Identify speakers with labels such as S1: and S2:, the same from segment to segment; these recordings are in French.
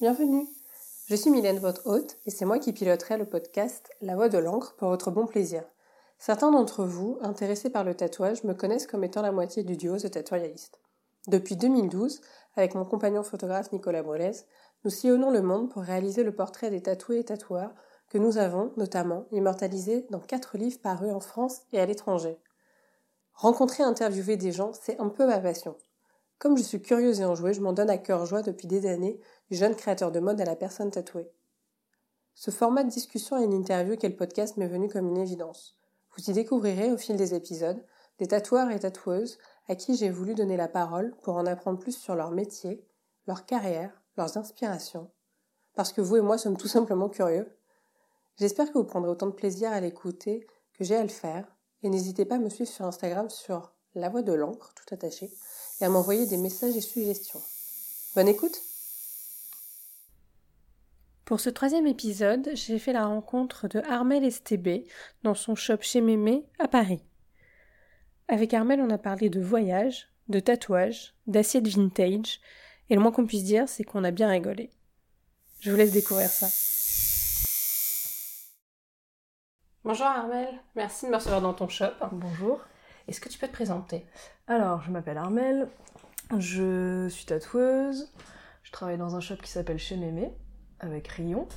S1: Bienvenue Je suis Mylène, votre hôte, et c'est moi qui piloterai le podcast La Voix de l'encre pour votre bon plaisir. Certains d'entre vous, intéressés par le tatouage, me connaissent comme étant la moitié du duo The Tatouagaliste. Depuis 2012, avec mon compagnon photographe Nicolas Brolez, nous sillonnons le monde pour réaliser le portrait des tatoués et tatoueurs que nous avons, notamment, immortalisé dans quatre livres parus en France et à l'étranger. Rencontrer et interviewer des gens, c'est un peu ma passion. Comme je suis curieuse et enjouée, je m'en donne à cœur joie depuis des années, du jeune créateur de mode à la personne tatouée. Ce format de discussion et d'interview qu'est le podcast m'est venu comme une évidence. Vous y découvrirez, au fil des épisodes, des tatoueurs et tatoueuses à qui j'ai voulu donner la parole pour en apprendre plus sur leur métier, leur carrière, leurs inspirations. Parce que vous et moi sommes tout simplement curieux. J'espère que vous prendrez autant de plaisir à l'écouter que j'ai à le faire. Et n'hésitez pas à me suivre sur Instagram sur La Voix de l'encre, tout attaché et à m'envoyer des messages et suggestions. Bonne écoute Pour ce troisième épisode, j'ai fait la rencontre de Armel Estébé dans son shop chez Mémé à Paris. Avec Armel, on a parlé de voyage, de tatouage, d'assiettes vintage, et le moins qu'on puisse dire, c'est qu'on a bien rigolé. Je vous laisse découvrir ça. Bonjour Armel, merci de me recevoir dans ton shop.
S2: Bonjour.
S1: Est-ce que tu peux te présenter
S2: Alors, je m'appelle Armel, je suis tatoueuse, je travaille dans un shop qui s'appelle Chez Mémé, avec Rion,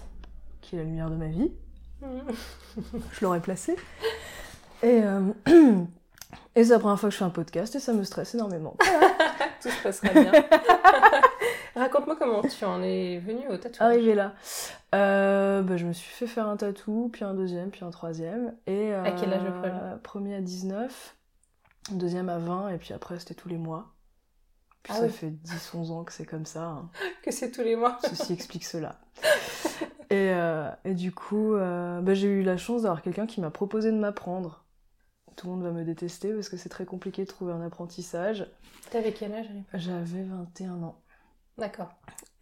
S2: qui est la lumière de ma vie.
S1: Mhm.
S2: Je l'aurais placé. Et, euh, et c'est la première fois que je fais un podcast et ça me stresse énormément.
S1: Tout se passerait bien. Raconte-moi comment tu en es venue au tatouage.
S2: Arrivé là, euh, bah, je me suis fait faire un tatou, puis un deuxième, puis un troisième. Et,
S1: À quel âge le
S2: euh,
S1: premier
S2: Premier à 19, deuxième à 20, et puis après c'était tous les mois. Puis
S1: Ah
S2: ça
S1: oui.
S2: fait 10-11 ans que c'est comme ça. hein.
S1: Que c'est tous les mois.
S2: Ceci explique cela. Et, euh, et du coup, euh, bah, j'ai eu la chance d'avoir quelqu'un qui m'a proposé de m'apprendre. Tout le monde va me détester parce que c'est très compliqué de trouver un apprentissage.
S1: T'avais quel âge à l'époque
S2: J'avais 21 ans.
S1: D'accord.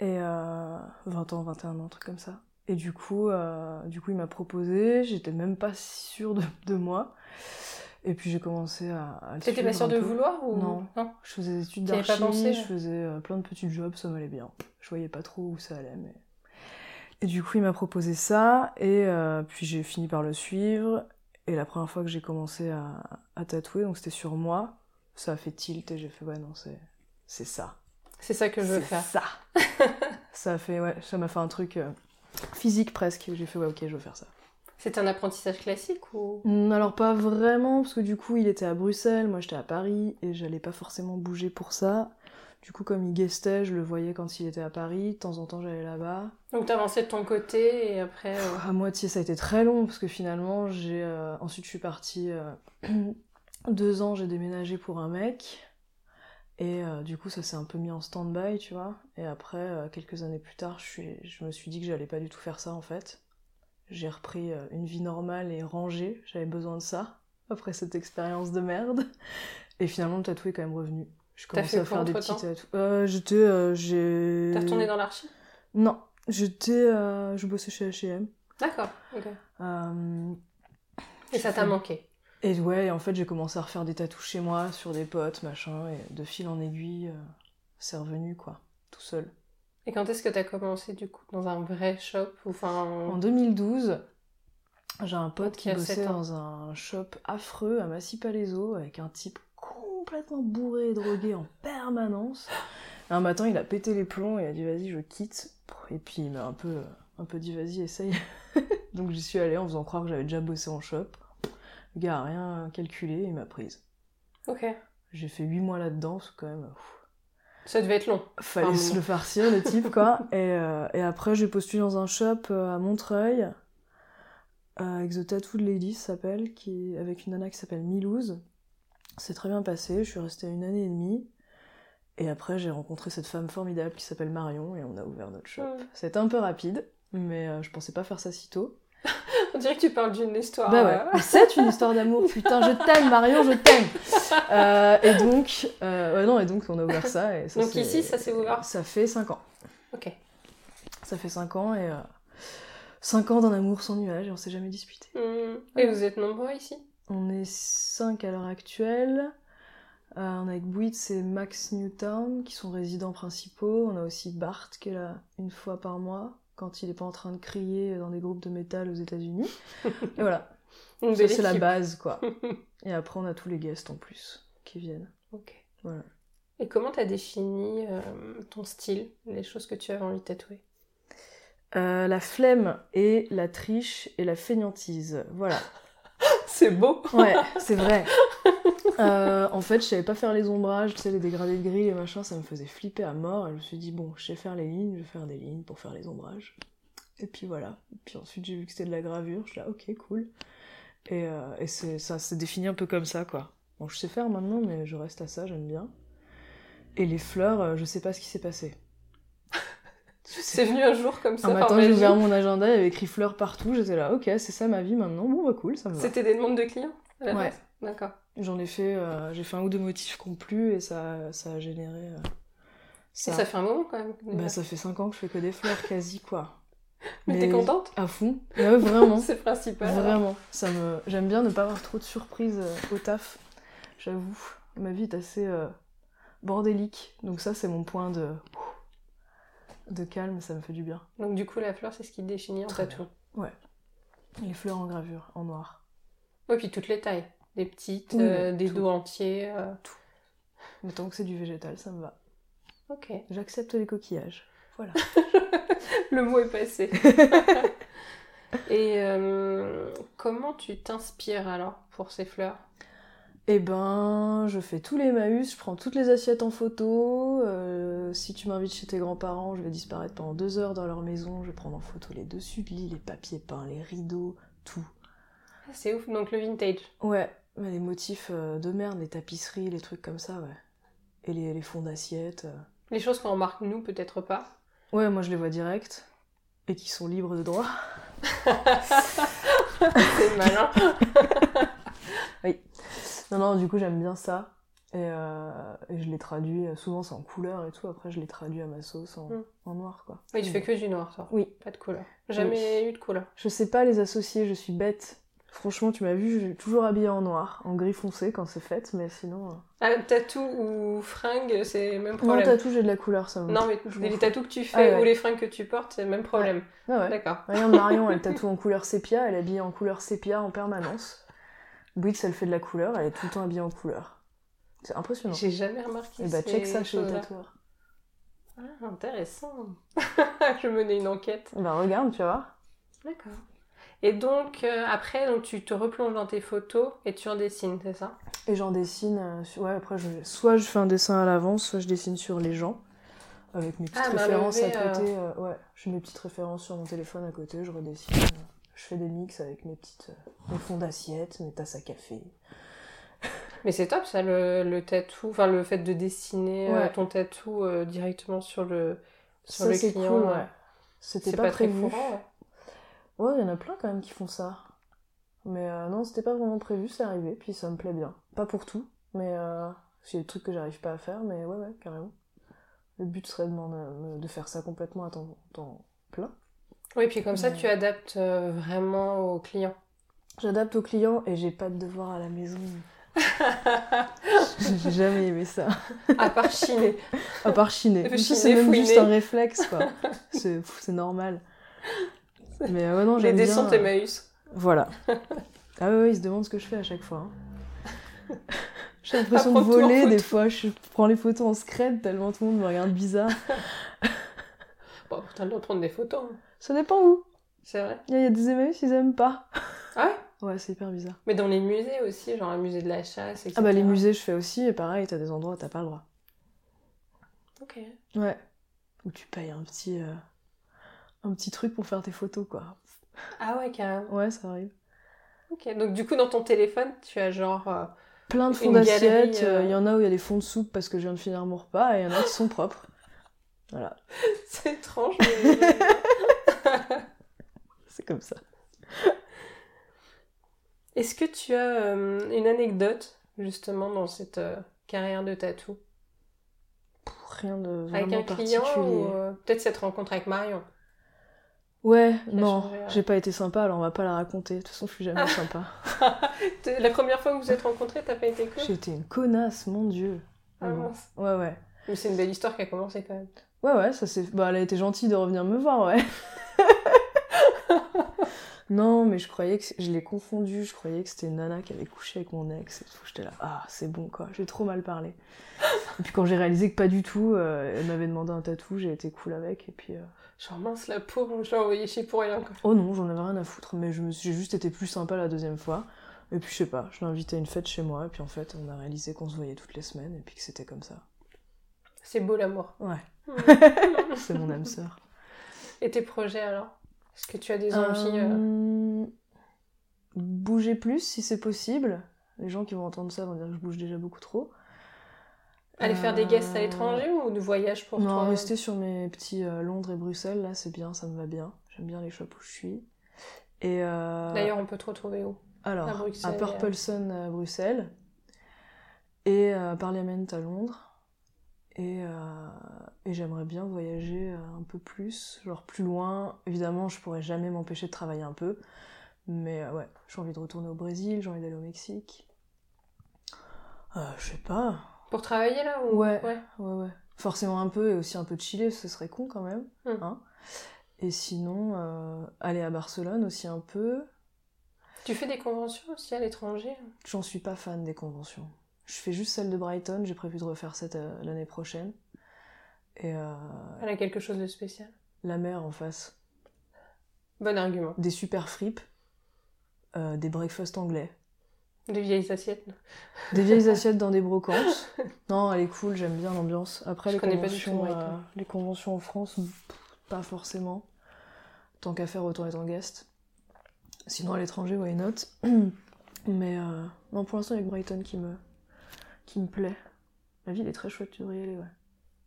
S2: Et euh, 20 ans, 21 ans, un truc comme ça. Et du coup, euh, du coup il m'a proposé, j'étais même pas sûre de, de moi. Et puis j'ai commencé à, à le
S1: T'étais pas sûre
S2: suivre un
S1: de
S2: peu.
S1: vouloir ou
S2: Non. Je faisais des études
S1: T'y avais pas
S2: d'archi,
S1: pensé,
S2: je
S1: ouais.
S2: faisais euh, plein de petits jobs, ça m'allait bien. Je voyais pas trop où ça allait, mais... Et du coup, il m'a proposé ça, et euh, puis j'ai fini par le suivre. Et la première fois que j'ai commencé à, à tatouer, donc c'était sur moi, ça a fait tilt, et j'ai fait, ouais, non, c'est... C'est ça.
S1: C'est ça que je veux
S2: C'est
S1: faire.
S2: ça. ça a fait, ouais, ça m'a fait un truc euh, physique presque. et J'ai fait, ouais, ok, je veux faire ça.
S1: C'était un apprentissage classique ou
S2: Mm, Alors pas vraiment, parce que du coup il était à Bruxelles, moi j'étais à Paris, et j'allais pas forcément bouger pour ça. Du coup comme il guestait, je le voyais quand il était à Paris, de temps en temps j'allais là-bas.
S1: Donc t'avançais de ton côté et après. euh,
S2: Pff, Ah, À moitié ça a été très long, parce que finalement j'ai... euh, Ensuite je suis partie... euh, Deux ans j'ai déménagé pour un mec, et euh, du coup ça s'est un peu mis en stand-by, tu vois. Et après, euh, quelques années plus tard, je, suis... je me suis dit que j'allais pas du tout faire ça en fait. J'ai repris euh, une vie normale et rangée, j'avais besoin de ça après cette expérience de merde. Et finalement, le tatou est quand même revenu. Je
S1: T'as fait
S2: commençais à
S1: quoi
S2: faire des petits
S1: entre-temps
S2: tatous. Euh, j'étais. euh, j'ai...
S1: T'as retourné dans l'archi
S2: Non, j'étais. euh, Je bossais chez HM.
S1: D'accord. ok.
S2: Euh,
S1: Et ça t'a manqué.
S2: et ouais, en fait, j'ai commencé à refaire des tatous chez moi, sur des potes, machin, et de fil en aiguille, euh, c'est revenu, quoi, tout seul.
S1: Et quand est-ce que t'as commencé du coup dans un vrai shop ou
S2: En
S1: enfin
S2: 2012, j'ai un pote
S1: Ok,
S2: qui
S1: à sept
S2: bossait
S1: ans.
S2: dans un shop affreux à Massy-Palaiso, avec un type complètement bourré et drogué en permanence. Un matin, il a pété les plombs, il a dit « vas-y, je quitte », et puis il m'a un peu, un peu dit « vas-y, essaye ». Donc j'y suis allée en faisant croire que j'avais déjà bossé en shop. Le gars a rien calculé, il m'a prise.
S1: Ok.
S2: J'ai fait 8 mois là-dedans, parce que quand même. pff,
S1: Ça devait être long.
S2: Fallait
S1: Ah,
S2: se
S1: mais-
S2: le farcir, le type, quoi. Et, euh, et après, j'ai postulé dans un shop euh, à Montreuil, euh, avec The Tattooed Lady, ça s'appelle, qui... avec une nana qui s'appelle Milouze. C'est très bien passé, je suis restée une année et demie. Et après, j'ai rencontré cette femme formidable qui s'appelle Marion, et on a ouvert notre shop.
S1: Mm.
S2: C'était un peu rapide, mais euh, je pensais pas faire ça si tôt.
S1: On dirait que tu parles d'une histoire.
S2: Bah ouais,
S1: euh,
S2: mais c'est une histoire d'amour, putain, je t'aime Marion, je t'aime. Euh, et donc, euh, ouais, non, et donc on a ouvert ça. Et ça
S1: Donc
S2: c'est-
S1: ici, ça s'est ouvert.
S2: Ça fait 5 ans.
S1: Ok.
S2: Ça fait 5 ans et 5 ans d'un amour sans nuage et on s'est jamais disputé.
S1: Hmm. Et vous êtes nombreux ici
S2: On est 5 à l'heure actuelle. Euh, on a avec Buit, c'est Max Newtown qui sont résidents principaux. On a aussi Bart qui est là une fois par mois quand il n'est pas en train de crier dans des groupes de métal aux États-Unis. Et voilà.
S1: Une
S2: Ça,
S1: belle
S2: c'est la
S1: équipe.
S2: base, quoi. Et après, on a tous les guests en plus qui viennent.
S1: Ok.
S2: Voilà.
S1: Et comment t'as défini euh, ton style, les choses que tu avais envie de tatouer
S2: Euh, la flemme et la triche et la fainéantise. Voilà.
S1: C'est beau
S2: Ouais, c'est vrai. Euh, en fait, je savais pas faire les ombrages, tu sais, les dégradés de gris, les machins, ça me faisait flipper à mort. Et je me suis dit, bon, je sais faire les lignes, je vais faire des lignes pour faire les ombrages. Et puis voilà. Et puis ensuite, j'ai vu que c'était de la gravure, je suis là, ok, cool. Et, euh, et c'est- ça s'est défini un peu comme ça, quoi. Bon, je sais faire maintenant, mais je reste à ça, j'aime bien. Et les fleurs, euh, je sais pas ce qui s'est passé. Je sais
S1: C'est venu un jour comme ça
S2: un
S1: par
S2: matin, j'ai
S1: magie.
S2: ouvert mon agenda, il y avait écrit fleurs partout. J'étais là, ok, c'est ça ma vie maintenant. Bon, bah cool, ça me va.
S1: C'était des demandes de clients à la
S2: Ouais.
S1: base D'accord.
S2: J'en ai fait, euh, j'ai fait un ou deux motifs qui ont plu et ça, ça a généré. euh,
S1: Et
S2: ça.
S1: ça fait un moment quand même.
S2: Bah, ça fait 5 ans que je fais que des fleurs quasi, quoi.
S1: Mais t'es contente
S2: À fond. Bah Ouais, vraiment.
S1: C'est le principal. alors.
S2: vraiment. Ça me... J'aime bien ne pas avoir trop de surprises euh, au taf, j'avoue. Ma vie est assez euh, bordélique, donc ça, c'est mon point de. de calme, ça me fait du bien.
S1: Donc du coup, la fleur, c'est ce qui te définit en
S2: Très
S1: tatou.
S2: Les fleurs en gravure, en noir.
S1: Oui, Oh, puis toutes les tailles. Des petites,
S2: Oui,
S1: euh,
S2: oui,
S1: des
S2: tout.
S1: dos entiers. euh,
S2: Mais tant que c'est du végétal, ça me va.
S1: Ok.
S2: J'accepte les coquillages. Voilà.
S1: Le mot est passé. Et euh, comment tu t'inspires alors pour ces fleurs
S2: Eh ben, je fais tous les Emmaüs, je prends toutes les assiettes en photo. euh, si tu m'invites chez tes grands-parents, je vais disparaître pendant deux heures dans leur maison. Je vais prendre en photo les dessus de lit, les papiers peints, les rideaux, tout.
S1: Ah, C'est ouf, donc le vintage.
S2: Ouais, mais les motifs euh, de merde, les tapisseries, les trucs comme ça, ouais. Et les, les fonds d'assiettes. euh.
S1: Les choses qu'on remarque nous, peut-être pas.
S2: Ouais, moi je les vois direct. Et qui sont libres de droit.
S1: C'est malin.
S2: Non, non, du coup, j'aime bien ça. Et, euh, et je les traduis, euh, souvent c'est en couleur et tout, après je les traduis à ma sauce en,
S1: Mm.
S2: en noir, quoi.
S1: Oui, tu fais que du noir, toi.
S2: Oui.
S1: Pas de couleur. Jamais eu de couleur.
S2: Je sais pas les associer, je suis bête. Franchement, tu m'as vu, je suis toujours habillée en noir, en gris foncé quand c'est fait, mais sinon... euh,
S1: Ah, tatou ou fringue, c'est le même
S2: Non,
S1: problème.
S2: tatou, j'ai de la couleur, ça me...
S1: Non, mais
S2: Je m'en
S1: les
S2: fous.
S1: tatous que tu fais
S2: Ah, ouais.
S1: ou les fringues que tu portes, c'est le même problème.
S2: Ah ouais.
S1: D'accord.
S2: Regarde Marion, elle tatoue en couleur sépia, elle est habillée en couleur sépia en permanence. Brits, elle fait de la couleur, elle est tout le temps habillée en couleur. C'est impressionnant.
S1: J'ai jamais remarqué
S2: Et bah, check
S1: ces
S2: ça chez les
S1: choses-là.
S2: tatoueurs.
S1: Ah, intéressant. Je menais une enquête.
S2: Bah, regarde, tu vas voir.
S1: D'accord. Et donc, euh, après, donc, tu te replonges dans tes photos et tu en dessines, c'est ça
S2: Et j'en dessine, euh, sur- ouais, après, je- soit je fais un dessin à l'avance, soit je dessine sur les gens, avec mes petites
S1: Ah, main
S2: références
S1: levée,
S2: à côté. euh, ouais, je fais mes petites références sur mon téléphone à côté, je redessine. euh, je fais des mix avec mes petites. euh, mes fonds d'assiette, mes tasses à café.
S1: Mais c'est top, ça, le, le tatou, enfin, le fait de dessiner euh,
S2: Ouais.
S1: ton tatou euh, directement sur le, sur
S2: ça,
S1: le
S2: c'est
S1: client.
S2: cool,
S1: euh,
S2: ouais. C'était
S1: C'est
S2: pas,
S1: pas, très
S2: prévu.
S1: courant. ouais.
S2: Ouais, il y en a plein quand même qui font ça. Mais euh, non, c'était pas vraiment prévu, c'est arrivé, puis ça me plaît bien. Pas pour tout, mais euh, c'est des trucs que j'arrive pas à faire, mais ouais, ouais, carrément. Le but serait de, m'en- euh, de faire ça complètement à temps, temps plein.
S1: Oui, puis comme ça,
S2: Ouais.
S1: tu adaptes euh, vraiment au client.
S2: J'adapte au client et j'ai pas de devoir à la maison. j'ai jamais aimé ça.
S1: à part chiner.
S2: À part chiner.
S1: Le
S2: Ça,
S1: chiner,
S2: c'est même
S1: fouiner.
S2: juste un réflexe, quoi. C'est pff, c'est normal. Mais euh, ouais, non,
S1: Les
S2: j'aime bien.
S1: descentes
S2: euh,
S1: Emmaüs.
S2: Voilà. Ah ouais, ouais, ils se demandent ce que je fais à chaque fois. hein. J'ai l'impression de
S1: Prends tout en
S2: voler
S1: photo.
S2: des fois. Je prends les photos en scred tellement tout le monde me regarde bizarre.
S1: Bon, t'as le droit de prendre des photos, hein.
S2: Ça dépend où.
S1: c'est vrai.
S2: Il y, a- il y a des émeus, ils aiment pas.
S1: Ah ouais
S2: Ouais, c'est hyper bizarre.
S1: Mais dans les musées aussi, genre le musée de la chasse, etc.
S2: Ah bah les musées, je fais aussi. Et pareil, t'as des endroits où t'as pas le droit.
S1: Ok.
S2: Ouais. Où tu payes un petit, euh, un petit truc pour faire tes photos, quoi.
S1: Ah ouais, carrément.
S2: Ouais, ça arrive.
S1: Ok, donc du coup, dans ton téléphone, tu as genre... euh,
S2: Plein de fonds
S1: Une galerie,
S2: d'assiettes. Il
S1: euh,
S2: y en a où il y a des fonds de soupe parce que je viens de finir mon repas. Et il y en a qui sont propres.
S1: C'est étrange, mais...
S2: C'est comme ça.
S1: Est-ce que tu as euh, une anecdote, justement, dans cette euh, carrière de tatou
S2: Pour rien de vraiment
S1: Avec un euh,
S2: particulier.
S1: client ou euh, peut-être cette rencontre avec Marion
S2: Ouais,
S1: Qui a
S2: non,
S1: changé, ouais. Ah.
S2: j'ai pas été sympa, alors on va pas la raconter. De toute façon, je suis jamais sympa.
S1: La première fois que vous vous êtes rencontrés, t'as pas été que
S2: J'ai été une connasse, mon dieu.
S1: Ah,
S2: Mais bon.
S1: mince.
S2: Ouais, ouais.
S1: Mais c'est une belle histoire qui a commencé quand même.
S2: Ouais, ouais, ça c'est. Bah, elle a été gentille de revenir me voir, ouais. non, mais je croyais que. Je l'ai confondu, je croyais que c'était une nana qui avait couché avec mon ex et tout. J'étais là, ah, c'est bon quoi, j'ai trop mal parlé. et puis quand j'ai réalisé que pas du tout, euh, elle m'avait demandé un tatou, j'ai été cool avec et puis. euh,
S1: Genre mince la pauvre, je l'ai envoyée chez pour rien quoi.
S2: Oh non, j'en avais rien à foutre, mais je me suis j'ai juste été plus sympa la deuxième fois. Et puis je sais pas, je l'ai invitée à une fête chez moi, et puis en fait, on a réalisé qu'on se voyait toutes les semaines, et puis que c'était comme ça.
S1: C'est beau l'amour.
S2: Ouais, c'est mon âme sœur.
S1: Et tes projets alors Est-ce que tu as des envies euh,
S2: Euh, Bouger plus si c'est possible. Les gens qui vont entendre ça vont dire que je bouge déjà beaucoup trop.
S1: Aller faire des
S2: euh,
S1: guests à l'étranger ou de voyage pour
S2: non,
S1: toi
S2: rester sur mes petits euh, Londres et Bruxelles, là c'est bien, ça me va bien. J'aime bien les shops où je suis. Et euh,
S1: D'ailleurs, on peut te retrouver où
S2: Alors,
S1: à
S2: à,
S1: Bruxelles,
S2: Purple Sun à Bruxelles et euh, à Parliament à Londres. Et, euh, et j'aimerais bien voyager euh, un peu plus, genre plus loin. Évidemment, je pourrais jamais m'empêcher de travailler un peu. Mais euh, ouais, j'ai envie de retourner au Brésil, j'ai envie d'aller au Mexique. Euh, je sais pas.
S1: Pour travailler là ou...
S2: Ouais. Ouais, ouais. Forcément un peu, et aussi un peu de Chili, ce serait con quand même.
S1: Hmm.
S2: hein. et sinon, euh, aller à Barcelone aussi un peu.
S1: Tu fais des conventions aussi à l'étranger
S2: J'en suis pas fan des conventions. Je fais juste celle de Brighton, j'ai prévu de refaire cette euh, l'année prochaine. Et euh,
S1: Elle a quelque chose de spécial.
S2: la mer en face.
S1: Bon argument.
S2: Des super fripes, euh, des breakfasts anglais,
S1: Des vieilles assiettes. non
S2: des vieilles assiettes dans des brocantes. Non, elle est cool, j'aime bien l'ambiance. Après,
S1: Je
S2: les
S1: connais pas du tout
S2: conventions,
S1: Brighton.
S2: euh, les conventions en France, pff, pas forcément. Tant qu'à faire, autant être en guest. Sinon, à l'étranger, why not Mais euh, non, pour l'instant, il y a que Brighton qui me, qui me plaît. La ville est très chouette, tu devrais y aller, ouais.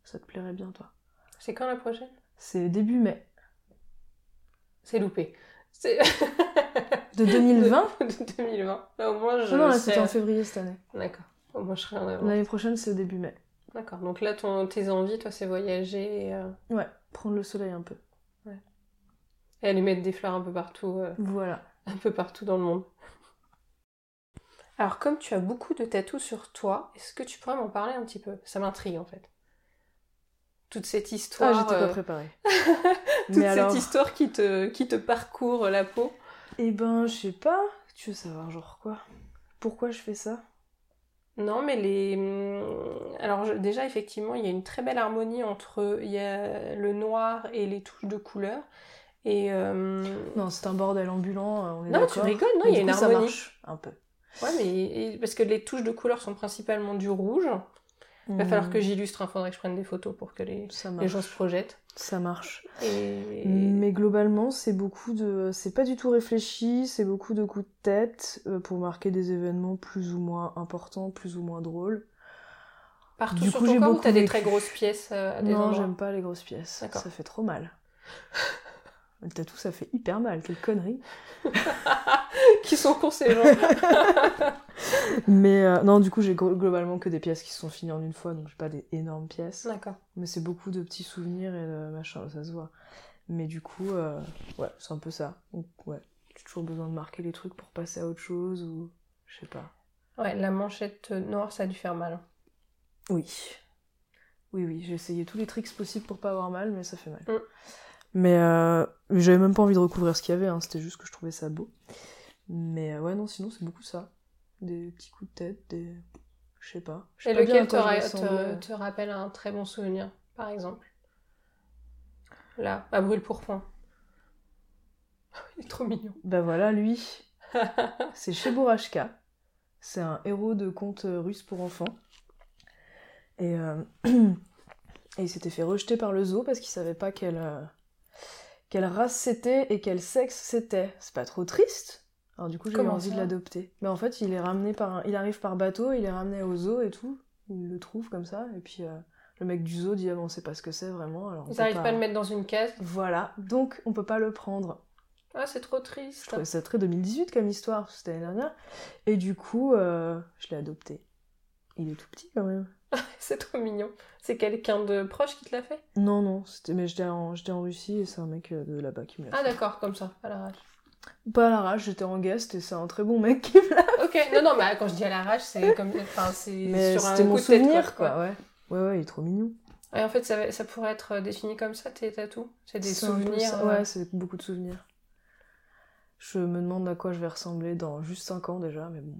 S2: Ça te plairait bien, toi.
S1: C'est quand la prochaine
S2: C'est début mai
S1: C'est loupé. C'est
S2: de 2020
S1: de 2020. Là au moins je Ah
S2: Non, non, là,
S1: serai-
S2: c'était en février cette année.
S1: D'accord. Au moins je serai en avant.
S2: L'année prochaine, c'est au début mai.
S1: D'accord. Donc là ton tes envies toi c'est voyager et, euh,
S2: Ouais, prendre le soleil un peu.
S1: et aller mettre des fleurs un peu partout euh,
S2: Voilà.
S1: un peu partout dans le monde. Alors comme tu as beaucoup de tatous sur toi, est-ce que tu pourrais m'en parler un petit peu Ça m'intrigue en fait. Toute cette
S2: Ah,
S1: histoire
S2: j'étais pas
S1: euh,
S2: préparée.
S1: toute cette histoire qui te qui te parcourt la peau.
S2: Eh ben, je sais pas. Tu veux savoir genre quoi Pourquoi je fais ça
S1: Non, mais les. hum, Alors, je- déjà, effectivement, il y a une très belle harmonie entre il y a le noir et les touches de couleur. Et. euh,
S2: Non, c'est un bordel ambulant, euh, on est
S1: Non, tu
S2: d'accord.
S1: rigoles, non,
S2: Mais
S1: il y a
S2: du
S1: une
S2: coup, ça
S1: harmonie.
S2: marche un peu.
S1: Ouais, mais. et- Parce que les touches de couleur sont principalement du rouge. Il va falloir que j'illustre, il faudrait que je prenne des photos pour que les,
S2: Hmm. Mm. ça
S1: les
S2: marche.
S1: gens se projettent.
S2: Ça marche.
S1: Et.
S2: Mais globalement, c'est beaucoup de c'est pas du tout réfléchi, c'est beaucoup de coups de tête euh, pour marquer des événements plus ou moins importants, plus ou moins drôles.
S1: Partout
S2: du
S1: sur
S2: coup,
S1: ton
S2: j'ai
S1: corps ou
S2: beaucoup
S1: t'as des
S2: vécu.
S1: très grosses pièces euh, à des
S2: Non,
S1: endroits
S2: j'aime pas les grosses pièces.
S1: D'accord.
S2: Ça fait trop mal. Le tatou, ça fait hyper mal, quelle connerie.
S1: Qui sont cons ces gens
S2: Mais euh, non, du coup, j'ai gro- globalement que des pièces qui se sont finies en une fois, donc j'ai pas des énormes pièces.
S1: D'accord.
S2: Mais c'est beaucoup de petits souvenirs et de machin, ça se voit. Mais du coup, euh, ouais, c'est un peu ça. Donc, ouais, j'ai toujours besoin de marquer les trucs pour passer à autre chose ou je sais pas.
S1: Ouais, la manchette noire, ça a dû faire mal. hein.
S2: Oui. Oui, oui, j'ai essayé tous les tricks possibles pour pas avoir mal, mais ça fait mal.
S1: Mm.
S2: Mais euh, j'avais même pas envie de recouvrir ce qu'il y avait, hein, c'était juste que je trouvais ça beau. Mais euh, ouais, non, sinon c'est beaucoup ça. Des petits coups de tête, des. Je sais pas. Je sais
S1: Et
S2: pas bien à
S1: lequel te,
S2: quoi je
S1: ra-
S2: ressemblais.
S1: te, te rappelle un très bon souvenir, par exemple Là, à brûle pour point. Il est trop mignon.
S2: Bah voilà, lui, c'est Cheborashka. C'est un héros de conte russe pour enfants. Et, euh, et il s'était fait rejeter par le zoo parce qu'il savait pas quelle, euh, quelle race c'était et quel sexe c'était. C'est pas trop triste Alors du coup, j'ai eu
S1: Comment
S2: envie de
S1: ça
S2: l'adopter. Mais en fait, il est ramené par un- il arrive par bateau, il est ramené au zoo et tout. Il le trouve comme ça. Et puis euh, le mec du zoo dit ah, bon, on sait pas ce que c'est vraiment. Alors on
S1: Ils
S2: peut
S1: n'arrivent pas à le mettre dans une case.
S2: Voilà, donc on peut pas le prendre.
S1: Ah, c'est trop
S2: Je
S1: triste.
S2: trouvais ça très 2018 comme histoire, c'était l'année dernière. Et du coup, euh, je l'ai adopté. Il est tout petit quand même.
S1: c'est trop mignon. C'est quelqu'un de proche qui te l'a fait
S2: Non, non, c'était... mais j'étais en... j'étais en Russie et c'est un mec euh, de là-bas qui me l'a
S1: Ah d'accord, comme ça, à l'arrache.
S2: fait. Pas à l'arrache, j'étais en guest et c'est un très bon mec qui me l'a
S1: Ok, non, non, mais quand je dis à l'arrache, c'est comme. Enfin, c'est
S2: Mais
S1: sur un
S2: c'était mon
S1: coup de tête,
S2: souvenir, quoi. ouais. ouais, ouais, il est trop mignon.
S1: Et en fait, ça, ça pourrait être euh, défini comme ça, tes tatous C'est des
S2: C'est un peu
S1: souvenirs.
S2: ça,
S1: euh,
S2: Ouais, c'est beaucoup de souvenirs. Je me demande à quoi je vais ressembler dans juste 5 ans déjà, mais bon,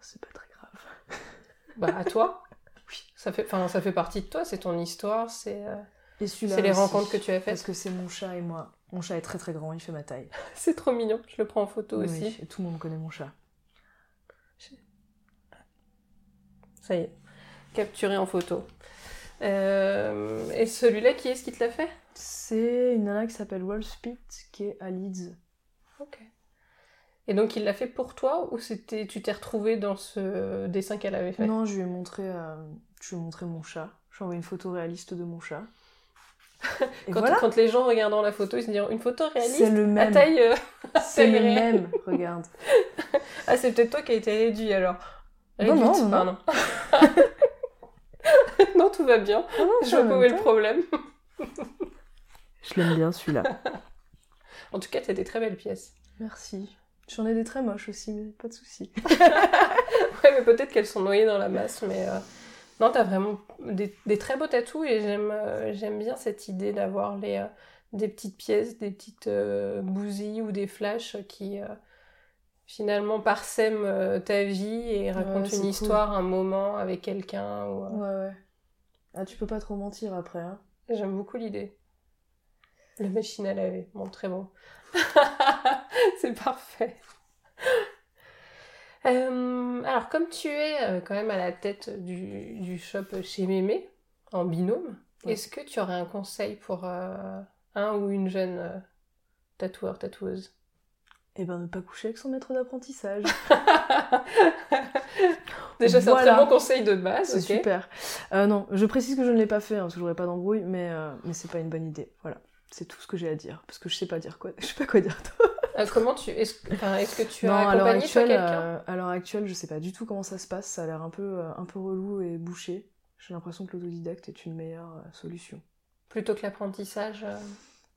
S2: c'est pas très grave.
S1: Bah, à toi. Ça fait, enfin, ça fait partie de toi, c'est ton histoire, c'est euh,
S2: Et
S1: c'est les rencontres que tu as
S2: Parce
S1: faites.
S2: que c'est mon chat et moi. Mon chat est très très grand, il fait ma taille.
S1: C'est trop mignon, je le prends en photo
S2: Oui,
S1: aussi.
S2: et tout le monde connaît mon chat.
S1: Ça y est, capturé en photo. Euh, et celui-là, qui est-ce qui te l'a fait
S2: C'est une nana qui s'appelle Wolfspit qui est à Leeds.
S1: Ok. Et donc, il l'a fait pour toi ou c'était tu t'es retrouvé dans ce dessin qu'elle avait fait
S2: Non, je lui ai montré, euh, je lui ai montré mon chat. Je lui ai envoyé une photo réaliste de mon chat. Et
S1: quand,
S2: voilà,
S1: quand les gens regardant la photo, ils se diront une photo
S2: c'est
S1: réaliste
S2: le
S1: à
S2: même.
S1: taille. euh,
S2: C'est le
S1: réelle.
S2: même, regarde.
S1: Ah, c'est peut-être toi qui as été réduit alors.
S2: Non, non, non,
S1: pardon. non, tout va bien.
S2: Ah non,
S1: Je
S2: c'est en
S1: vois pas
S2: même
S1: où est le
S2: temps.
S1: problème.
S2: Je l'aime bien celui-là.
S1: En tout cas, t'as des très belles pièces.
S2: Merci. J'en ai des très moches aussi, mais pas de souci.
S1: Ouais, mais peut-être qu'elles sont noyées dans la masse, mais... euh, Non, t'as vraiment des, des très beaux tatous et j'aime euh, j'aime bien cette idée d'avoir les euh, des petites pièces, des petites euh, bousilles ou des flashs qui euh, finalement parsèment euh, ta vie et racontent
S2: c'est
S1: une
S2: cool.
S1: histoire, un moment avec quelqu'un. ou, euh,
S2: Ouais, ouais. Ah, tu peux pas trop mentir après, hein.
S1: J'aime beaucoup l'idée. La machine à laver, bon, très bon. C'est parfait. Euh, alors, comme tu es euh, quand même à la tête du, du shop chez Mémé, en binôme,
S2: Ouais.
S1: est-ce que tu aurais un conseil pour euh, un ou une jeune euh, tatoueur, tatoueuse
S2: Eh ben, ne pas coucher avec son maître d'apprentissage.
S1: Déjà, c'est un
S2: Voilà.
S1: très bon conseil de base,
S2: C'est
S1: Ah, ok
S2: super. Euh, non, je précise que je ne l'ai pas fait, hein, parce que j'aurais pas d'embrouille, mais, euh, mais c'est pas une bonne idée. Voilà. C'est tout ce que j'ai à dire, parce que je sais pas dire quoi. Je sais pas quoi dire.
S1: Euh, comment tu... Est-ce que, enfin, est-ce que tu as
S2: non, à l'heure
S1: accompagné, toi,
S2: actuelle,
S1: quelqu'un
S2: euh, à l'heure actuelle, je sais pas du tout comment ça se passe. Ça a l'air un peu, euh, un peu relou et bouché. J'ai l'impression que l'autodidacte est une meilleure euh, solution.
S1: Plutôt que l'apprentissage euh,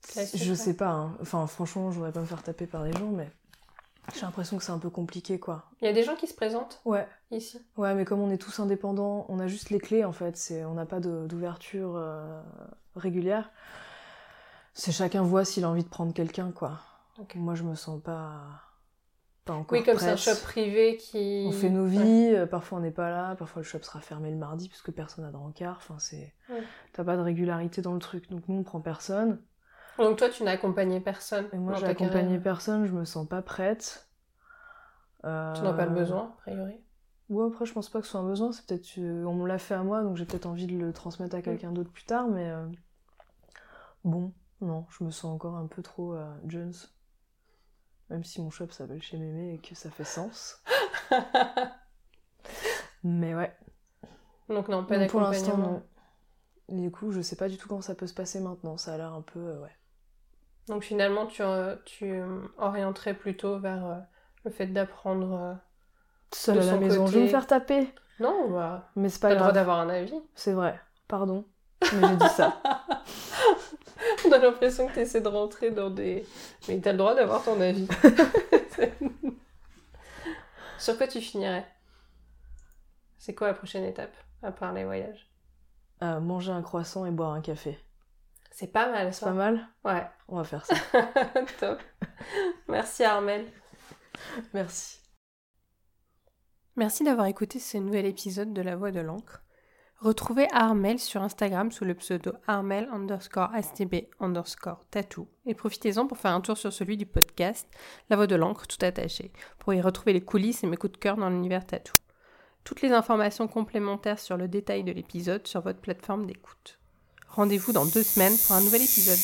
S1: classique
S2: Je
S1: ouais.
S2: sais pas, hein. enfin franchement, je voudrais pas me faire taper par les gens, mais j'ai l'impression que c'est un peu compliqué quoi.
S1: Il y a des gens qui se présentent
S2: Ouais,
S1: ici
S2: ouais, mais comme on est tous indépendants, on a juste les clés en fait, c'est, on n'a pas de- d'ouverture euh, régulière. C'est chacun voit s'il a envie de prendre quelqu'un quoi.
S1: Ok.
S2: Moi je me sens pas, pas encore
S1: Oui, comme c'est un
S2: prête.
S1: shop privé qui.
S2: On fait nos vies,
S1: Ouais.
S2: euh, parfois on n'est pas là, parfois le shop sera fermé le mardi parce que personne n'a de rencard, enfin c'est.
S1: Ouais.
S2: T'as pas de régularité dans le truc, donc nous on prend personne.
S1: Donc toi, tu n'as accompagné personne.
S2: Et moi,
S1: dans
S2: j'ai
S1: ta
S2: accompagné
S1: carrière.
S2: personne, je me sens pas prête. Euh,
S1: Tu n'en as pas le besoin, a priori.
S2: Ouais, après, je pense pas que ce soit un besoin, c'est peut-être. euh, on me l'a fait à moi, donc j'ai peut-être envie de le transmettre à quelqu'un d'autre plus tard, mais. euh, bon, non, je me sens encore un peu trop euh, Jones. Même si mon shop s'appelle chez Mémé et que ça fait sens. mais ouais,
S1: Donc non, pas
S2: non, pour l'instant,
S1: d'accompagnement.
S2: non. Et Du coup, je sais pas du tout comment ça peut se passer maintenant, ça a l'air un peu. euh, ouais.
S1: Donc finalement, tu, euh, tu euh, orienterais plutôt vers euh, le fait d'apprendre. euh,
S2: Seule
S1: De
S2: à la
S1: son
S2: maison, je vais me
S1: côté-
S2: faire taper,
S1: Non, bah,
S2: mais c'est
S1: t'as
S2: pas
S1: le droit
S2: grave.
S1: d'avoir un avis.
S2: C'est vrai, pardon, mais j'ai dit ça.
S1: On a l'impression que tu essaies de rentrer dans des. Mais t'as le droit d'avoir ton avis. Sur quoi tu finirais C'est quoi la prochaine étape, à part les voyages
S2: Euh, manger un croissant et boire un café.
S1: C'est pas mal,
S2: C'est
S1: ça.
S2: pas mal
S1: Ouais.
S2: On va faire ça.
S1: Top. Merci Armel.
S2: Merci.
S1: Merci d'avoir écouté ce nouvel épisode de La Voix de l'encre. Retrouvez Armel sur Instagram sous le pseudo Armel underscore ASTB underscore tatou et profitez-en pour faire un tour sur celui du podcast La Voix de l'encre tout attaché pour y retrouver les coulisses et mes coups de cœur dans l'univers tatou. Toutes les informations complémentaires sur le détail de l'épisode sur votre plateforme d'écoute. Rendez-vous dans deux semaines pour un nouvel épisode.